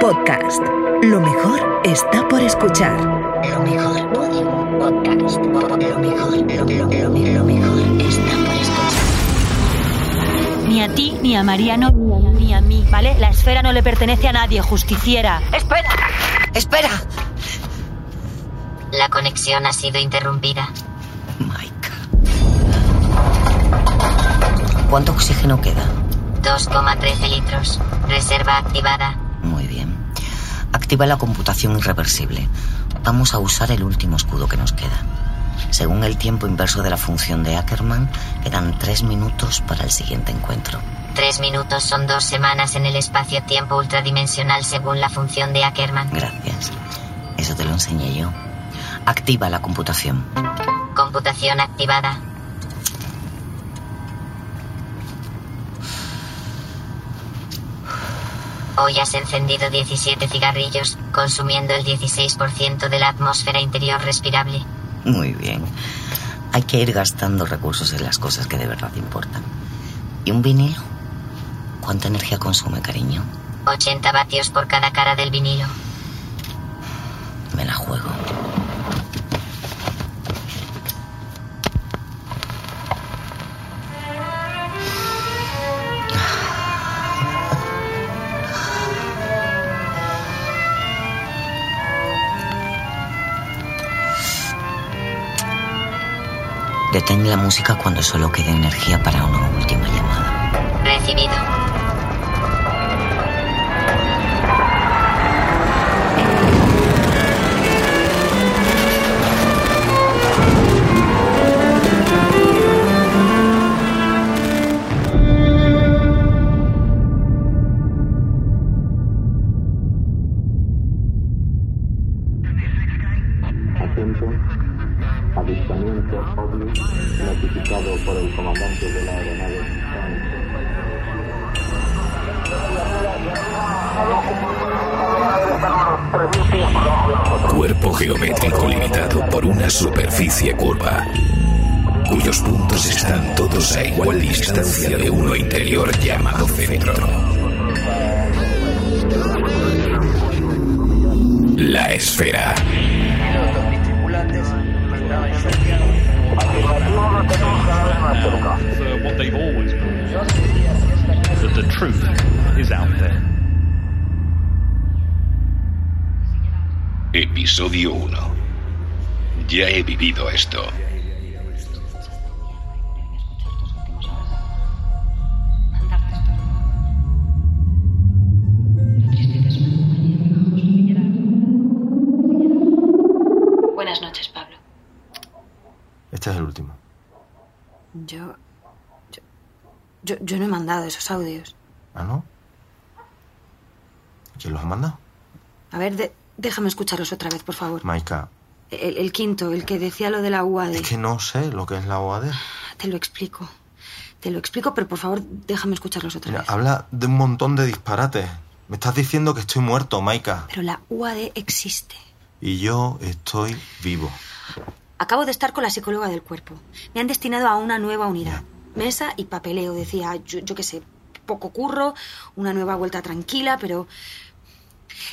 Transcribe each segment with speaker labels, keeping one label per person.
Speaker 1: Podcast. Lo mejor está por escuchar. Lo mejor, Podium Podcast. Lo mejor, lo, lo- lo- lo mejor está por escuchar.
Speaker 2: Ni a ti, ni a Mariano, ni a, ni a mí, ¿vale? La esfera no le pertenece a nadie, justiciera.
Speaker 3: ¡Espera! ¡Espera!
Speaker 1: La conexión ha sido interrumpida.
Speaker 3: Mike. ¿Cuánto oxígeno queda?
Speaker 1: 2,13 litros. Reserva activada.
Speaker 3: Muy bien. Activa la computación irreversible. Vamos a usar el último escudo que nos queda. Según el tiempo inverso de la función de Ackerman, quedan tres minutos para el siguiente encuentro.
Speaker 1: Tres minutos son dos semanas en el espacio-tiempo ultradimensional según la función de Ackerman.
Speaker 3: Gracias. Eso te lo enseñé yo. Activa la computación.
Speaker 1: Computación activada. Hoy has encendido 17 cigarrillos, consumiendo el 16% de la atmósfera interior respirable.
Speaker 3: Muy bien. Hay que ir gastando recursos en las cosas que de verdad importan. ¿Y un vinilo? ¿Cuánta energía consume, cariño?
Speaker 1: 80 vatios por cada cara del vinilo.
Speaker 3: Me la juego. Detén la música cuando solo quede energía para una última llamada.
Speaker 1: Recibido.
Speaker 4: Atención, avistamiento ovni notificado por el comandante de la aeronave.
Speaker 5: Cuerpo geométrico limitado por una superficie curva, cuyos puntos están todos a igual distancia de uno interior llamado centro. La esfera.
Speaker 6: So what they've always believed that the truth is out there.
Speaker 5: Episodio 1. Ya he vivido esto.
Speaker 7: Buenas noches, Pablo.
Speaker 8: Este es el último.
Speaker 7: Yo, yo. Yo, yo no he mandado esos audios.
Speaker 8: ¿Ah, no? ¿Quién los ha mandado?
Speaker 7: A ver, de- déjame escucharlos otra vez, por favor.
Speaker 8: Maika.
Speaker 7: El, el quinto, el que decía lo de la UAD.
Speaker 8: Es que no sé lo que es la OAD.
Speaker 7: Te lo explico. Te lo explico, pero por favor, déjame escucharlos otra
Speaker 8: Mira,
Speaker 7: vez.
Speaker 8: habla de un montón de disparates. Me estás diciendo que estoy muerto, Maika.
Speaker 7: Pero la UAD existe.
Speaker 8: Y yo estoy vivo.
Speaker 7: Acabo de estar con la psicóloga del cuerpo. Me han destinado a una nueva unidad. Mesa y papeleo, decía, yo, yo qué sé, poco curro, una nueva vuelta tranquila, pero...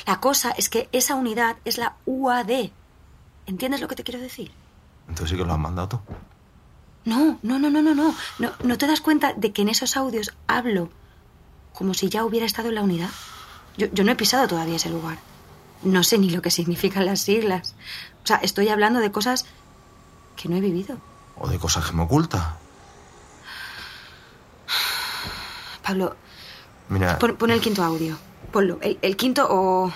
Speaker 7: La cosa es que esa unidad es la UAD. ¿Entiendes lo que te quiero decir?
Speaker 8: Entonces sí que los has mandado tú.
Speaker 7: No, no, no, no, no, no. No, ¿no te das cuenta de que en esos audios hablo como si ya hubiera estado en la unidad. Yo, yo no he pisado todavía ese lugar. No sé ni lo que significan las siglas. O sea, estoy hablando de cosas que no he vivido.
Speaker 8: O de cosas que me ocultas.
Speaker 7: Pablo,
Speaker 8: Mira,
Speaker 7: pon, pon el quinto audio. Ponlo. El, el quinto o,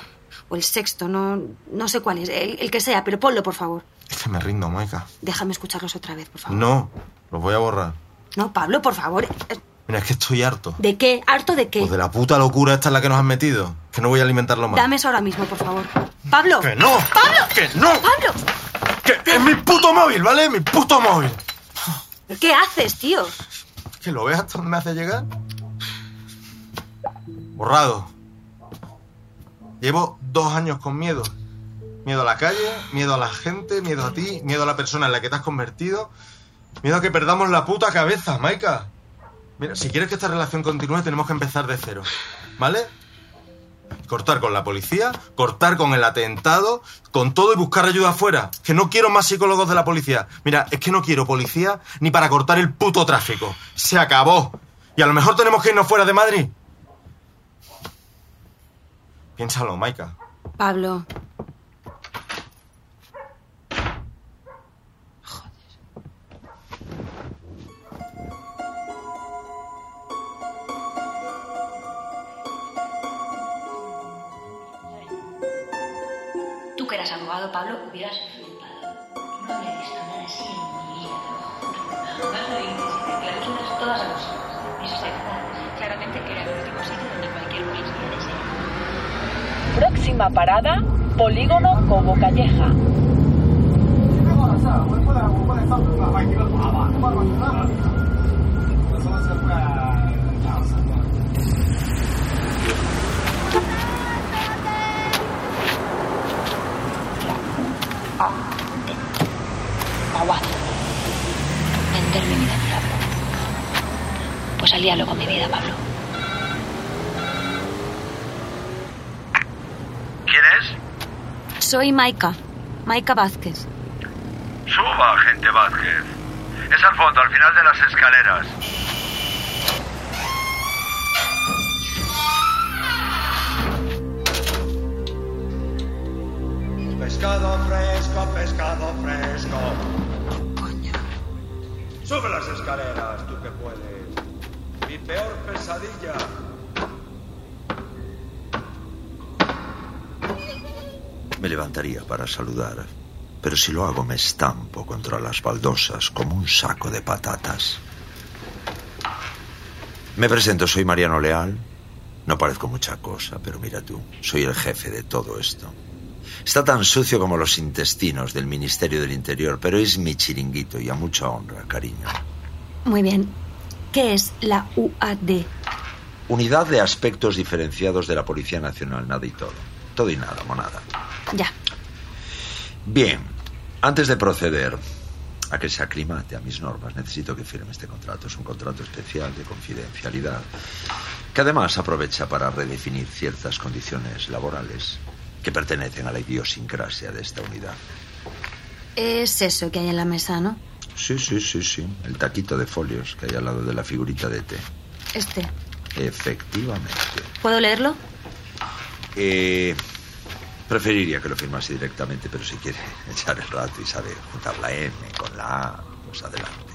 Speaker 7: o el sexto, no, no sé cuál es. El, el que sea, pero ponlo, por favor.
Speaker 8: es que me rindo, Maika.
Speaker 7: Déjame escucharlos otra vez, por favor.
Speaker 8: No, los voy a borrar.
Speaker 7: No, Pablo, por favor.
Speaker 8: Mira, es que estoy harto.
Speaker 7: ¿De qué? ¿Harto de qué?
Speaker 8: Pues de la puta locura esta en la que nos han metido. Que no voy a alimentarlo más.
Speaker 7: Dame eso ahora mismo, por favor. ¡Pablo!
Speaker 8: ¡Que no!
Speaker 7: ¡Pablo!
Speaker 8: ¡Que no!
Speaker 7: ¡Pablo!
Speaker 8: ¡Que es mi puto móvil, ¿vale? ¡Mi puto móvil!
Speaker 7: ¿Qué haces, tío?
Speaker 8: Que lo veas hasta donde me hace llegar. Borrado. Llevo dos años con miedo. Miedo a la calle, miedo a la gente, miedo a ti, miedo a la persona en la que te has convertido. Miedo a que perdamos la puta cabeza, Maika. Mira, si quieres que esta relación continúe, tenemos que empezar de cero. ¿Vale? Cortar con la policía, cortar con el atentado, con todo y buscar ayuda afuera. Que no quiero más psicólogos de la policía. Mira, es que no quiero policía ni para cortar el puto tráfico. Se acabó. Y a lo mejor tenemos que irnos fuera de Madrid. Piénsalo, Maika.
Speaker 7: Pablo.
Speaker 9: Tú que eras abogado, Pablo, hubieras flipado. No había visto nada así en mi vida, te lo juro. Más de 27 cláusulas, todas abusivas. Eso está claro. Claramente que era el último sitio donde cualquier policía deseaba.
Speaker 10: Próxima parada, Polígono Cobo Calleja.
Speaker 9: Aguado. Vender mi vida, Pablo. Pues alíalo con mi vida, Pablo.
Speaker 11: ¿Quién es?
Speaker 7: Soy Maika. Maika Vázquez.
Speaker 11: Suba, agente Vázquez. Es al fondo, al final de las escaleras.
Speaker 4: Pescado fresco, pescado fresco. Sube las escaleras, tú que puedes. Mi peor pesadilla.
Speaker 12: Me levantaría para saludar, pero si lo hago me estampo contra las baldosas como un saco de patatas. Me presento, soy Mariano Leal. No parezco mucha cosa, pero mira tú, soy el jefe de todo esto. Está tan sucio como los intestinos del Ministerio del Interior, pero es mi chiringuito y a mucha honra, cariño.
Speaker 7: Muy bien. ¿Qué es la UAD?
Speaker 12: Unidad de aspectos diferenciados de la Policía Nacional, nada y todo. Todo y nada, monada.
Speaker 7: Ya.
Speaker 12: Bien, antes de proceder a que se aclimate a mis normas, necesito que firme este contrato. Es un contrato especial de confidencialidad, que además aprovecha para redefinir ciertas condiciones laborales que pertenecen a la idiosincrasia de esta unidad.
Speaker 7: Es eso que hay en la mesa, ¿no?
Speaker 12: Sí, sí, sí, sí. El taquito de folios que hay al lado de la figurita de té.
Speaker 7: Este.
Speaker 12: Efectivamente.
Speaker 7: ¿Puedo leerlo?
Speaker 12: Eh, preferiría que lo firmase directamente, pero si quiere echar el rato y sabe juntar la M con la A, pues adelante.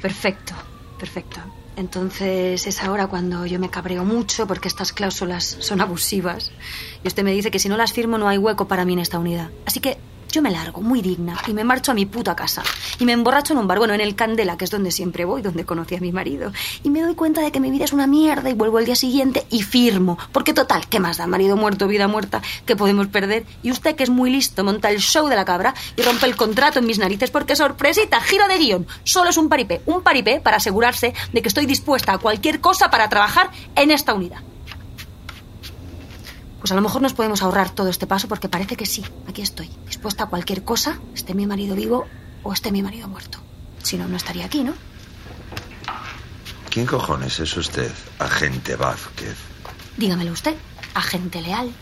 Speaker 7: Perfecto, perfecto. Entonces es ahora cuando yo me cabreo mucho porque estas cláusulas son abusivas. Y usted me dice que si no las firmo no hay hueco para mí en esta unidad. Así que yo me largo, muy digna, y me marcho a mi puta casa. Y me emborracho en un bar, bueno, en el Candela, que es donde siempre voy, donde conocí a mi marido. Y me doy cuenta de que mi vida es una mierda y vuelvo al día siguiente y firmo. Porque total, ¿qué más da? Marido muerto, vida muerta, ¿qué podemos perder? Y usted, que es muy listo, monta el show de la cabra y rompe el contrato en mis narices porque, sorpresita, giro de guión. Solo es un paripé, un paripé para asegurarse de que estoy dispuesta a cualquier cosa para trabajar en esta unidad. Pues a lo mejor nos podemos ahorrar todo este paso porque parece que sí, aquí estoy, dispuesta a cualquier cosa, esté mi marido vivo o esté mi marido muerto. Si no, no estaría aquí, ¿no?
Speaker 12: ¿Quién cojones es usted, agente Vázquez?
Speaker 7: Dígamelo usted, agente leal.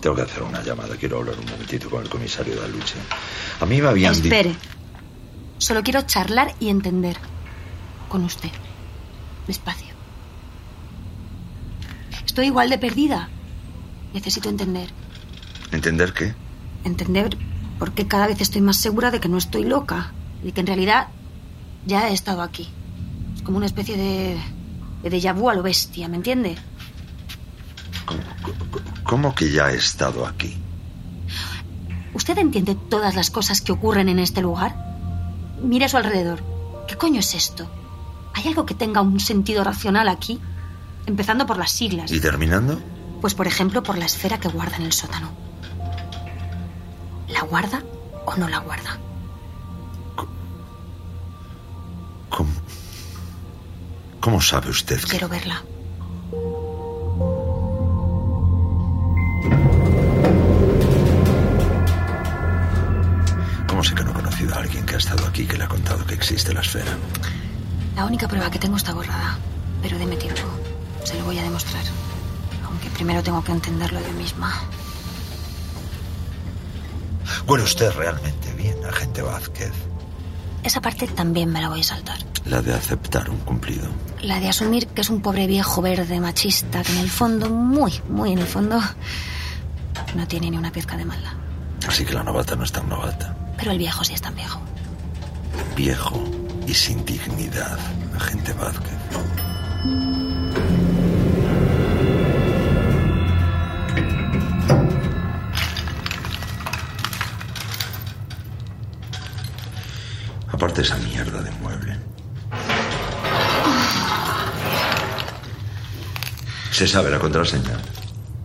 Speaker 12: Tengo que hacer una llamada, quiero hablar un momentito con el comisario de Aluche. A mí me habían di-
Speaker 7: Espere. Solo quiero charlar y entender con usted. Despacio. Estoy igual de perdida. Necesito entender.
Speaker 12: ¿Entender qué?
Speaker 7: Entender por qué cada vez estoy más segura de que no estoy loca. Y que en realidad ya he estado aquí. Es como una especie de. de déjà vu a lo bestia, ¿me entiende?
Speaker 12: ¿Cómo que ya he estado aquí?
Speaker 7: ¿Usted entiende todas las cosas que ocurren en este lugar? Mire a su alrededor. ¿Qué coño es esto? ¿Hay algo que tenga un sentido racional aquí? Empezando por las siglas.
Speaker 12: ¿Y terminando?
Speaker 7: Pues por ejemplo por la esfera que guarda en el sótano. ¿La guarda o no la guarda?
Speaker 12: ¿Cómo, cómo sabe usted? que-
Speaker 7: Quiero verla.
Speaker 12: ¿Cómo sé que no he conocido a alguien que ha estado aquí que le ha contado que existe la esfera?
Speaker 7: La única prueba que tengo está borrada, pero deme tiempo. Se lo voy a demostrar. Aunque primero tengo que entenderlo yo misma.
Speaker 12: Bueno, usted realmente bien, agente Vázquez.
Speaker 7: Esa parte también me la voy a saltar.
Speaker 12: La de aceptar un cumplido.
Speaker 7: La de asumir que es un pobre viejo verde machista que en el fondo, muy, muy en el fondo, no tiene ni una pizca de maldad.
Speaker 12: Así que la novata no es tan novata.
Speaker 7: Pero el viejo sí es tan viejo.
Speaker 12: Viejo y sin dignidad, agente Vázquez. Aparte esa mierda de mueble. Se sabe la contraseña.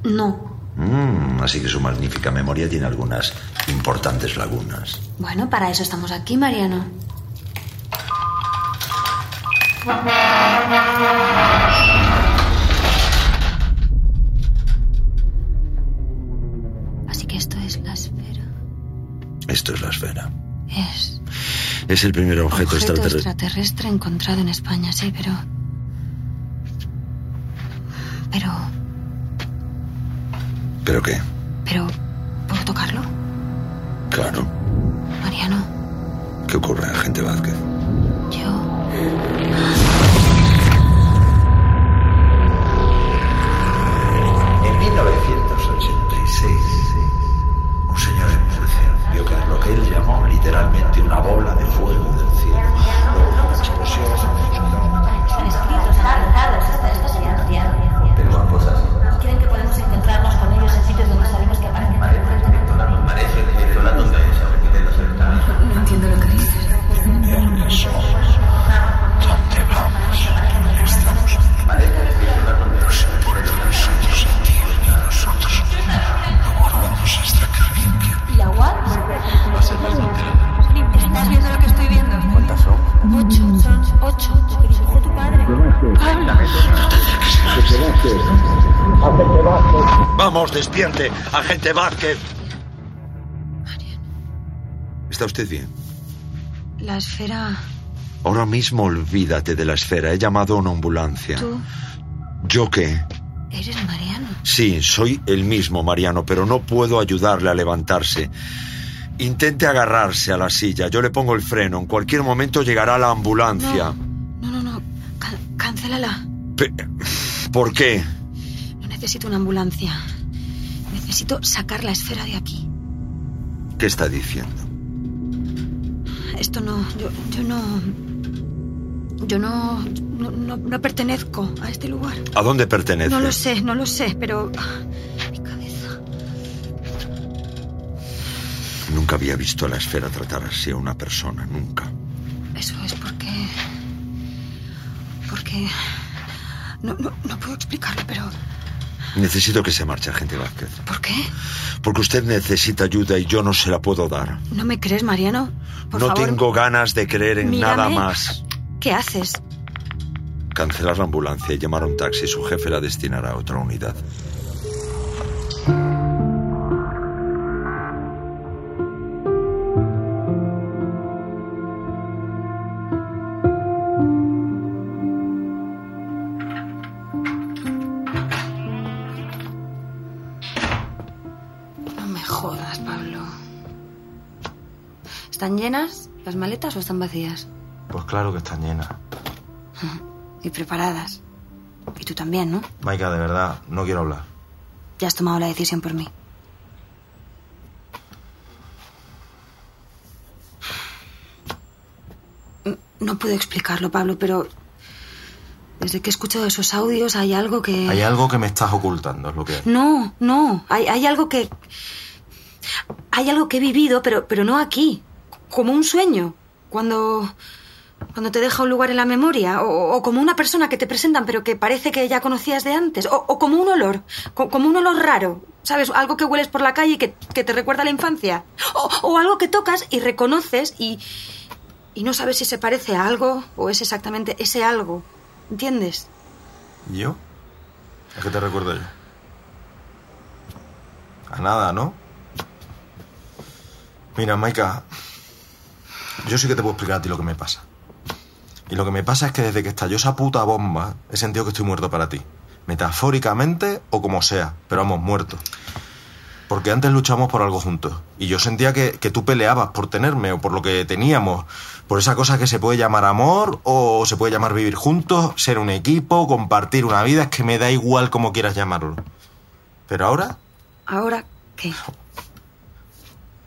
Speaker 7: No.
Speaker 12: Mm, así que su magnífica memoria tiene algunas importantes lagunas.
Speaker 7: Bueno, para eso estamos aquí, Mariano. Así que esto es la esfera.
Speaker 12: Esto es la esfera.
Speaker 7: Es
Speaker 12: Es el primer objeto,
Speaker 7: objeto
Speaker 12: extraterrestre.
Speaker 7: extraterrestre encontrado en España, sí, pero... Pero...
Speaker 12: ¿Pero qué?
Speaker 7: Pero... ¿Puedo tocarlo?
Speaker 12: Claro.
Speaker 7: Mariano,
Speaker 12: ¿Qué ocurre, agente Vázquez? En 1986, un señor en Murcia vio que lo que él llamó literalmente una bola de fuego del cielo. Luego una explosión, pero son cosas.
Speaker 9: ¿Creen ¿eh? que podemos encontrarnos con ellos en sitios donde sabemos que aparecen?
Speaker 12: Parece venezolanos donde se repiten los hermanos.
Speaker 9: No entiendo lo que dices.
Speaker 12: ¿Dónde somos? ¿Dónde vamos? ¿Dónde estamos? Parece venezolanos donde no se importa nosotros a ti ni a nosotros. No volvamos hasta que limpia.
Speaker 9: ¿Y agua? Va a ser más ¿Estás viendo lo que estoy viendo? ¿Cuántas son? Ocho, son ocho. Lo que dijo tu padre.
Speaker 12: Vamos, despierte, agente Vázquez. ¿Está usted bien?
Speaker 7: la esfera...
Speaker 12: Ahora mismo olvídate de la esfera. He llamado a una ambulancia.
Speaker 7: Tú
Speaker 12: ¿Yo qué?
Speaker 7: eres Mariano.
Speaker 12: Sí, soy el mismo, Mariano, pero no puedo ayudarle a levantarse. Intente agarrarse a la silla. Yo le pongo el freno. En cualquier momento llegará la ambulancia.
Speaker 7: No, no, no. Can- cancélala.
Speaker 12: Pe- ¿Por qué?
Speaker 7: No necesito una ambulancia. Necesito sacar la esfera de aquí.
Speaker 12: ¿Qué está diciendo?
Speaker 7: Esto no. Yo, yo no. Yo no no, no. no pertenezco a este lugar.
Speaker 12: ¿A dónde pertenece?
Speaker 7: No lo sé, no lo sé, pero. ah, Mi cabeza.
Speaker 12: Nunca había visto a la esfera tratar así a una persona. Nunca.
Speaker 7: Eso es porque. Porque. No, no, no puedo explicarlo, pero.
Speaker 12: Necesito que se marche, agente Vázquez.
Speaker 7: ¿Por qué?
Speaker 12: Porque usted necesita ayuda y yo no se la puedo dar.
Speaker 7: ¿No me crees, Mariano? Por
Speaker 12: no
Speaker 7: favor,
Speaker 12: tengo ganas de creer en
Speaker 7: mírame.
Speaker 12: nada más.
Speaker 7: ¿Qué haces?
Speaker 12: Cancelar la ambulancia y llamar a un taxi. Su jefe la destinará a otra unidad.
Speaker 7: No me jodas, Pablo. ¿Están llenas las maletas o están vacías?
Speaker 8: Pues claro que están llenas.
Speaker 7: Y preparadas. Y tú también, ¿no?
Speaker 8: Maika, de verdad, no quiero hablar.
Speaker 7: Ya has tomado la decisión por mí. N- No puedo explicarlo, Pablo, pero desde que he escuchado esos audios hay algo que...
Speaker 8: Hay algo que me estás ocultando, es lo que hay.
Speaker 7: No, no, hay, hay algo que... Hay algo que he vivido, pero, pero no aquí. Como un sueño. Cuando... Cuando te deja un lugar en la memoria. O, o como una persona que te presentan, pero que parece que ya conocías de antes. O, o como un olor. co- como un olor raro. ¿Sabes? Algo que hueles por la calle y que, que te recuerda a la infancia. O, o algo que tocas y reconoces y... Y no sabes si se parece a algo o es exactamente ese algo. ¿Entiendes?
Speaker 8: ¿Yo? ¿A qué te recuerdo yo? A nada, ¿no? Mira, Maika, yo sí que te puedo explicar a ti lo que me pasa. Y lo que me pasa es que desde que estalló esa puta bomba, he sentido que estoy muerto para ti. Metafóricamente o como sea, pero vamos, muerto. Porque antes luchamos por algo juntos. Y yo sentía que, que tú peleabas por tenerme o por lo que teníamos. Por esa cosa que se puede llamar amor o se puede llamar vivir juntos, ser un equipo, compartir una vida. Es que me da igual como quieras llamarlo. Pero ahora,
Speaker 7: ¿Ahora qué?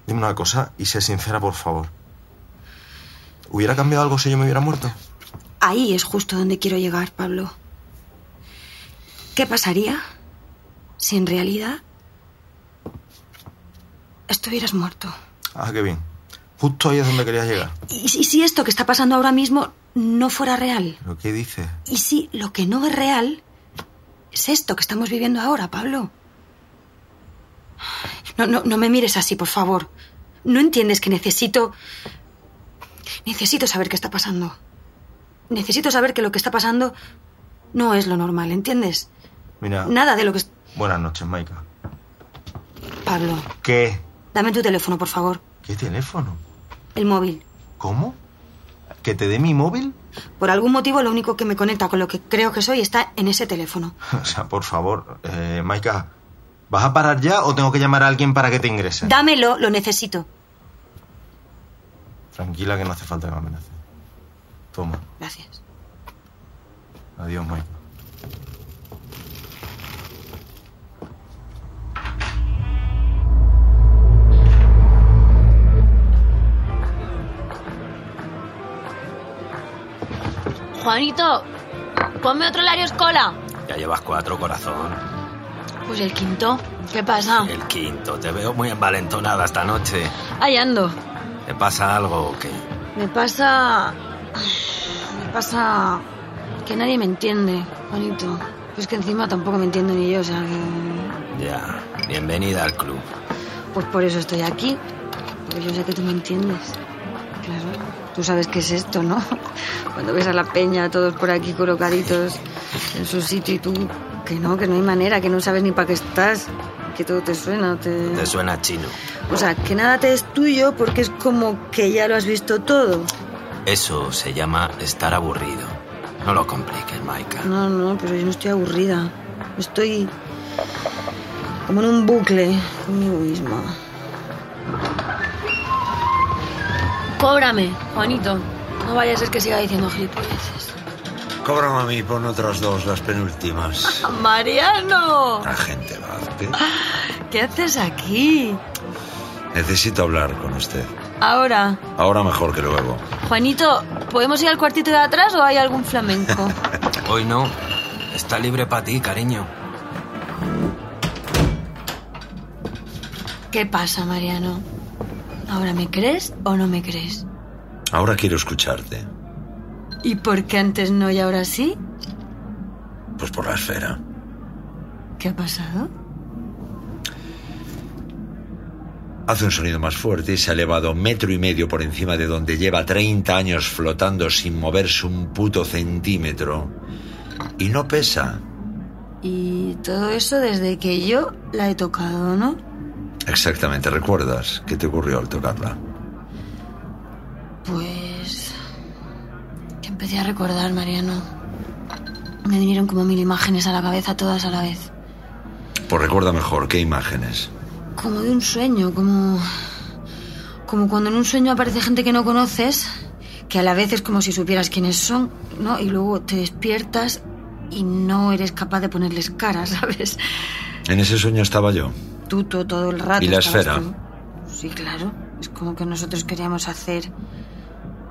Speaker 8: dime una cosa y sé sincera, por favor. ¿Hubiera cambiado algo si yo me hubiera muerto?
Speaker 7: Ahí es justo donde quiero llegar, Pablo. ¿Qué pasaría si en realidad estuvieras muerto?
Speaker 8: Ah, qué bien. Justo ahí es donde querías llegar.
Speaker 7: ¿Y si- si esto que está pasando ahora mismo no fuera real?
Speaker 8: ¿Pero qué dices?
Speaker 7: ¿Y si lo que no es real es esto que estamos viviendo ahora, Pablo? No, no, no me mires así, por favor. No entiendes que necesito... Necesito saber qué está pasando. Necesito saber que lo que está pasando no es lo normal, ¿entiendes?
Speaker 8: Mira.
Speaker 7: Nada de lo que... es-
Speaker 8: Buenas noches, Maika.
Speaker 7: Pablo,
Speaker 8: ¿Qué?
Speaker 7: dame tu teléfono, por favor.
Speaker 8: ¿Qué teléfono?
Speaker 7: El móvil.
Speaker 8: ¿Cómo? ¿Que te dé mi móvil?
Speaker 7: Por algún motivo, lo único que me conecta con lo que creo que soy está en ese teléfono.
Speaker 8: O sea, por favor, eh, Maika, ¿vas a parar ya o tengo que llamar a alguien para que te ingrese?
Speaker 7: Dámelo, lo necesito.
Speaker 8: Tranquila, que no hace falta que me amenaces. Toma,
Speaker 7: Gracias.
Speaker 8: adiós, Maika.
Speaker 13: Juanito, ponme otro Larios Cola.
Speaker 14: Ya llevas cuatro, corazón.
Speaker 13: Pues el quinto. ¿Qué pasa?
Speaker 14: El quinto. Te veo muy envalentonada esta noche.
Speaker 13: Ahí ando.
Speaker 14: ¿Te pasa algo o qué?
Speaker 7: Me pasa. Me pasa. que nadie me entiende, Juanito. Pues que encima tampoco me entiendo ni yo, o sea que.
Speaker 14: Ya. Bienvenida al club.
Speaker 7: Pues por eso estoy aquí. Porque yo sé que tú me entiendes. Claro. Tú sabes qué es esto, ¿no? Cuando ves a la peña, todos por aquí colocaditos en su sitio y tú. que no, que no hay manera, que no sabes ni para qué estás. Que todo te suena, te.
Speaker 14: Te suena chino.
Speaker 7: O sea, que nada te es tuyo porque es como que ya lo has visto todo.
Speaker 14: Eso se llama estar aburrido. No lo compliques, Maika.
Speaker 7: No, no, pero yo no estoy aburrida. Estoy como en un bucle conmigo misma.
Speaker 13: Cóbrame, Juanito. No vaya a ser que siga diciendo gilipolleces.
Speaker 12: Cóbrame a mí, pon otras dos, las penúltimas.
Speaker 13: ¡Mariano!
Speaker 12: Agente Vázquez.
Speaker 13: ¿Qué haces aquí?
Speaker 12: Necesito hablar con usted.
Speaker 13: Ahora,
Speaker 12: Ahora mejor que luego.
Speaker 13: Juanito, ¿podemos ir al cuartito de atrás o hay algún flamenco?
Speaker 14: Hoy no. Está libre para ti, cariño.
Speaker 13: ¿Qué pasa, Mariano? ¿Ahora me crees o no me crees?
Speaker 12: Ahora quiero escucharte.
Speaker 13: ¿Y por qué antes no y ahora sí?
Speaker 12: Pues por la esfera.
Speaker 13: ¿Qué ha pasado?
Speaker 12: Hace un sonido más fuerte y se ha elevado metro y medio por encima de donde lleva 30 años flotando sin moverse un puto centímetro. Y no pesa.
Speaker 7: Y todo eso desde que yo la he tocado, ¿no?
Speaker 12: Exactamente, ¿recuerdas qué te ocurrió al tocarla?
Speaker 13: Pues... Que empecé a recordar, Mariano. Me vinieron como mil imágenes a la cabeza todas a la vez.
Speaker 12: Pues recuerda mejor, ¿qué imágenes?
Speaker 13: Como de un sueño, como... Como cuando en un sueño aparece gente que no conoces, que a la vez es como si supieras quiénes son, ¿no? Y luego te despiertas y no eres capaz de ponerles cara, ¿sabes?
Speaker 12: En ese sueño estaba yo.
Speaker 7: Tú to- todo el rato.
Speaker 12: ¿Y la
Speaker 7: estabas
Speaker 12: esfera?
Speaker 7: tú. Sí, claro. Es como que nosotros queríamos hacer,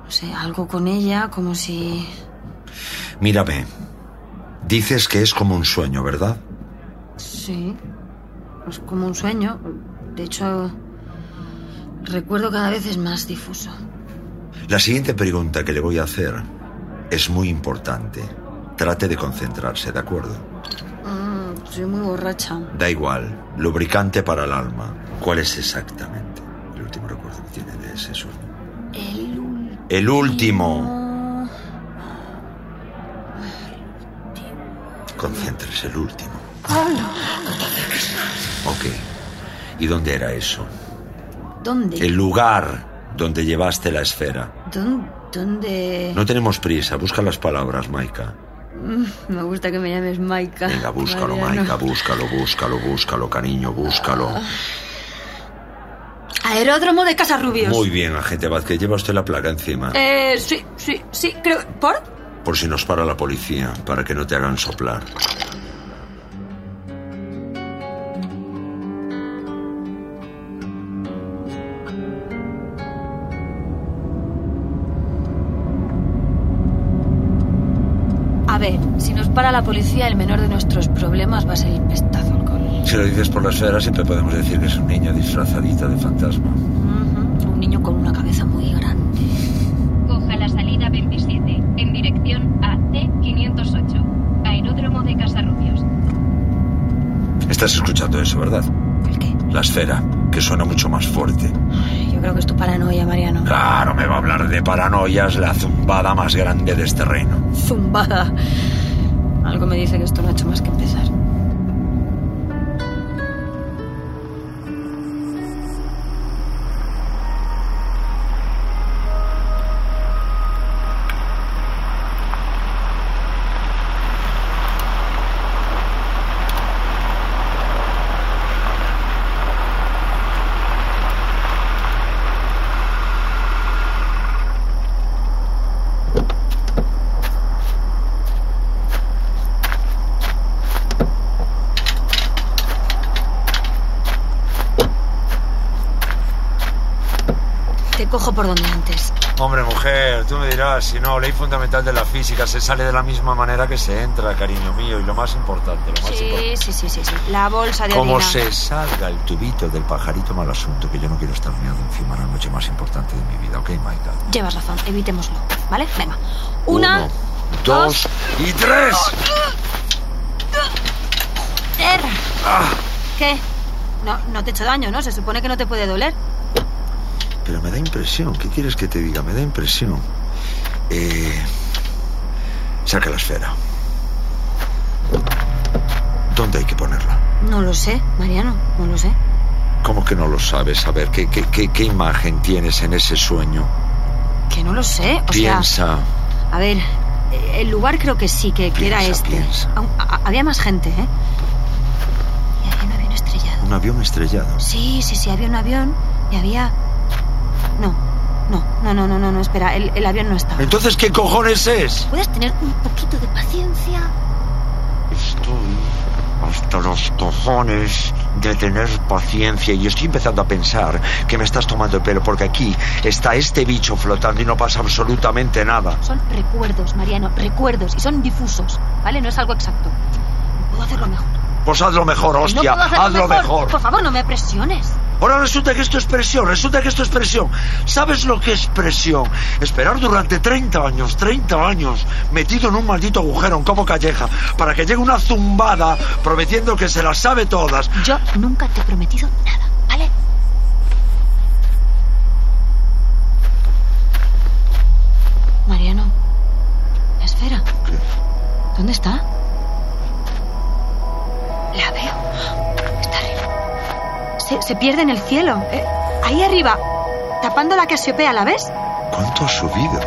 Speaker 7: no sé, algo con ella, como si...
Speaker 12: Mírame. Dices que es como un sueño, ¿verdad?
Speaker 7: Sí. Es como un sueño. De hecho, recuerdo cada vez es más difuso.
Speaker 12: La siguiente pregunta que le voy a hacer es muy importante. Trate de concentrarse, ¿de acuerdo?
Speaker 7: Mm, soy muy borracha.
Speaker 12: Da igual. Lubricante para el alma. ¿Cuál es exactamente el último recuerdo que tiene de ese sueño? El último. Concéntrese, el último. Ok. ¿Y dónde era eso?
Speaker 7: ¿Dónde?
Speaker 12: El lugar donde llevaste la esfera.
Speaker 7: ¿Dónde?
Speaker 13: ¿Dónde...?
Speaker 12: No tenemos prisa, busca las palabras, Maika.
Speaker 13: Mm, Me gusta que me llames Maika.
Speaker 12: Venga, búscalo,
Speaker 13: Mariano.
Speaker 12: Maika, búscalo, búscalo, búscalo, cariño, búscalo.
Speaker 7: Aeródromo de Casarrubios.
Speaker 12: Muy bien, agente Vázquez, lleva usted la placa encima.
Speaker 7: Eh, sí, sí, sí, creo... ¿Por?
Speaker 12: Por si nos para la policía, para que no te hagan soplar.
Speaker 13: A ver, si nos para la policía, el menor de nuestros problemas va a ser el pestazo al cole.
Speaker 12: Si lo dices por las feras, siempre podemos decir que es un niño disfrazadito de fantasma.
Speaker 13: Un niño con una cabeza muy grande.
Speaker 9: Coja la salida 27 en dirección a T508, aeródromo de Casarrubios.
Speaker 12: Estás escuchando eso, ¿verdad?
Speaker 13: ¿El qué? Pues
Speaker 12: La esfera, que suena mucho más fuerte.
Speaker 13: Yo creo que es tu paranoia, Mariano.
Speaker 12: Claro, me va a hablar de paranoias, la zumbada más grande de este reino.
Speaker 13: Zumbada. Algo me dice que esto no ha hecho más que empezar. Te cojo por donde antes.
Speaker 12: Hombre, mujer, tú me dirás, si no, ley fundamental de la física, se sale de la misma manera que se entra, cariño mío, y lo más importante, lo más importante.
Speaker 7: Sí, sí, sí, sí, sí. La bolsa de
Speaker 12: Como
Speaker 7: harina.
Speaker 12: se salga el tubito del pajarito mal asunto, que yo no quiero estar mirando encima la noche más importante de mi vida, ¿ok, Maika?
Speaker 7: Llevas razón, evitémoslo, ¿vale? Venga. Una...
Speaker 12: Uno, dos y tres.
Speaker 7: Er,
Speaker 12: Ah,
Speaker 7: ¿Qué? No, no te he hecho daño, ¿no? Se supone que no te puede doler.
Speaker 12: pero me da impresión, ¿qué quieres que te diga? Me da impresión. Eh, saca la esfera. ¿Dónde hay que ponerla?
Speaker 13: No lo sé, Mariano, no lo sé.
Speaker 12: ¿Cómo que no lo sabes? A ver, ¿qué, qué, qué, qué imagen tienes en ese sueño?
Speaker 13: Que no lo sé. O
Speaker 12: Piensa.
Speaker 13: sea, a ver, eh, el lugar creo que sí, que, que era
Speaker 12: Piensa,
Speaker 13: este.
Speaker 12: piensa.
Speaker 13: Aun- a- a- había más gente, ¿eh? Y había un avión estrellado.
Speaker 12: Un avión estrellado.
Speaker 13: Sí, sí, sí, había un avión y había... No, no, no, no, no, no, no, espera, el, el avión no estaba.
Speaker 12: Entonces, ¿qué cojones es?
Speaker 13: ¿Puedes tener un poquito de paciencia?
Speaker 12: Estoy hasta los cojones de tener paciencia y estoy empezando a pensar que me estás tomando el pelo porque aquí está este bicho flotando y no pasa absolutamente nada.
Speaker 2: Son recuerdos, Mariano, recuerdos. Y son difusos, ¿vale? No es algo exacto.
Speaker 13: Puedo hacerlo mejor.
Speaker 12: Pues hazlo mejor, hostia,
Speaker 13: no puedo hacerlo
Speaker 12: hazlo mejor.
Speaker 13: Por favor, no me presiones.
Speaker 12: Ahora resulta que esto es presión, resulta que esto es presión. ¿Sabes lo que es presión? Esperar durante 30 años, 30 años, metido en un maldito agujero, en como calleja, para que llegue una zumbada prometiendo que se las sabe todas.
Speaker 2: Yo nunca te he prometido nada, ¿vale?
Speaker 13: Mariano, la esfera. ¿Dónde está? La veo. Está arriba.
Speaker 7: Se, se pierde en el cielo. eh, ahí arriba, tapando la casiopea, ¿la ves?
Speaker 12: ¿Cuánto ha subido?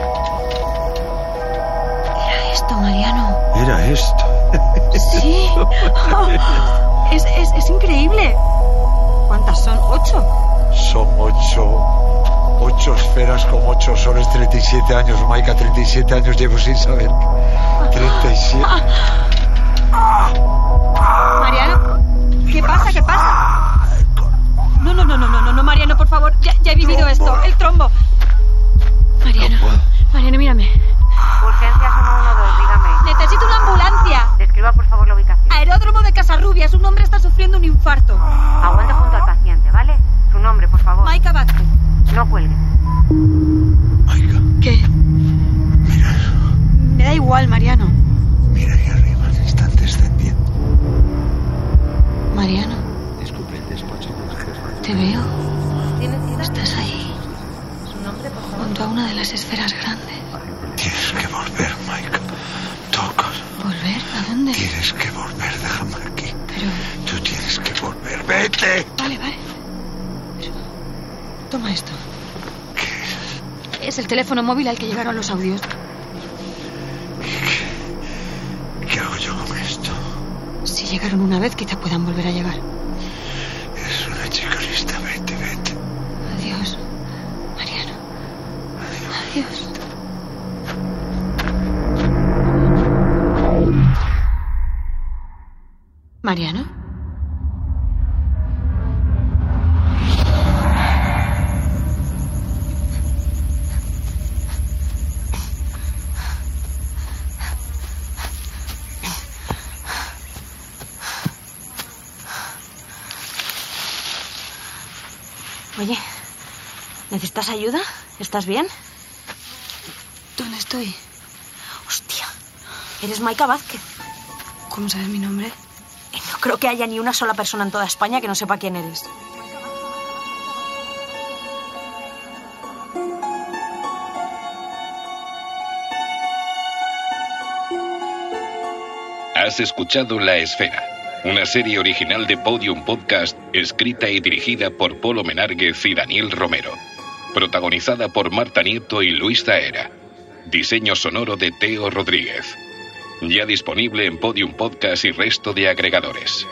Speaker 13: Era esto, Mariano.
Speaker 12: Era esto.
Speaker 7: Sí. Oh, es, es- es increíble. ¿Cuántas son? ¿Ocho?
Speaker 12: Son ocho. Ocho esferas con ocho soles, 37 años, Maika, 37 años llevo sin saber. 37.
Speaker 7: Mariano, ¿qué pasa? ¿Qué pasa? No, no, no, no, no, no, no, Mariano, por favor, ya, ya he vivido esto. El trombo.
Speaker 13: Mariano, Mariano, mírame.
Speaker 15: Urgencias 112, dígame.
Speaker 7: Necesito una ambulancia.
Speaker 15: Describa por favor la ubicación.
Speaker 7: Aeródromo de Casarrubias. Un hombre está sufriendo un infarto.
Speaker 15: Aguante junto al paciente, ¿vale? Su nombre, por favor.
Speaker 7: Maika Vázquez.
Speaker 15: No cuelgue.
Speaker 7: ¿Qué? Me da igual, Mariano.
Speaker 12: Mira ahí arriba, están descendiendo.
Speaker 13: Mariano,
Speaker 12: Disculpe, el despacho de la jefa.
Speaker 13: te veo. Estás ahí. Junto a una de las esferas grandes.
Speaker 12: Tienes que volver, Maika. Toca.
Speaker 13: ¿Volver? ¿A dónde?
Speaker 12: Tienes que volver, déjame aquí.
Speaker 13: Pero...
Speaker 12: Tú tienes que volver, vete.
Speaker 13: Vale, vale. Pero- Toma esto.
Speaker 7: Es el teléfono móvil al que llegaron los audios.
Speaker 12: ¿Qué hago yo con esto?
Speaker 7: Si llegaron una vez, quizá puedan volver a llegar.
Speaker 12: Es una chica lista, vete, vete.
Speaker 7: Adiós, Mariano. Adiós. Mariano. Oye, ¿necesitas ayuda? ¿Estás bien?
Speaker 13: ¿Dónde estoy?
Speaker 7: Hostia, eres Maika Vázquez. Eh,
Speaker 13: ¿Cómo sabes mi nombre?
Speaker 7: No creo que haya ni una sola persona en toda España que no sepa quién eres.
Speaker 5: Has escuchado La Esfera, una serie original de Podium Podcast escrita y dirigida por Polo Menárguez y Daniel Romero. Protagonizada por Marta Nieto y Luis Taera. Diseño sonoro de Teo Rodríguez. Ya disponible en Podium Podcast y resto de agregadores.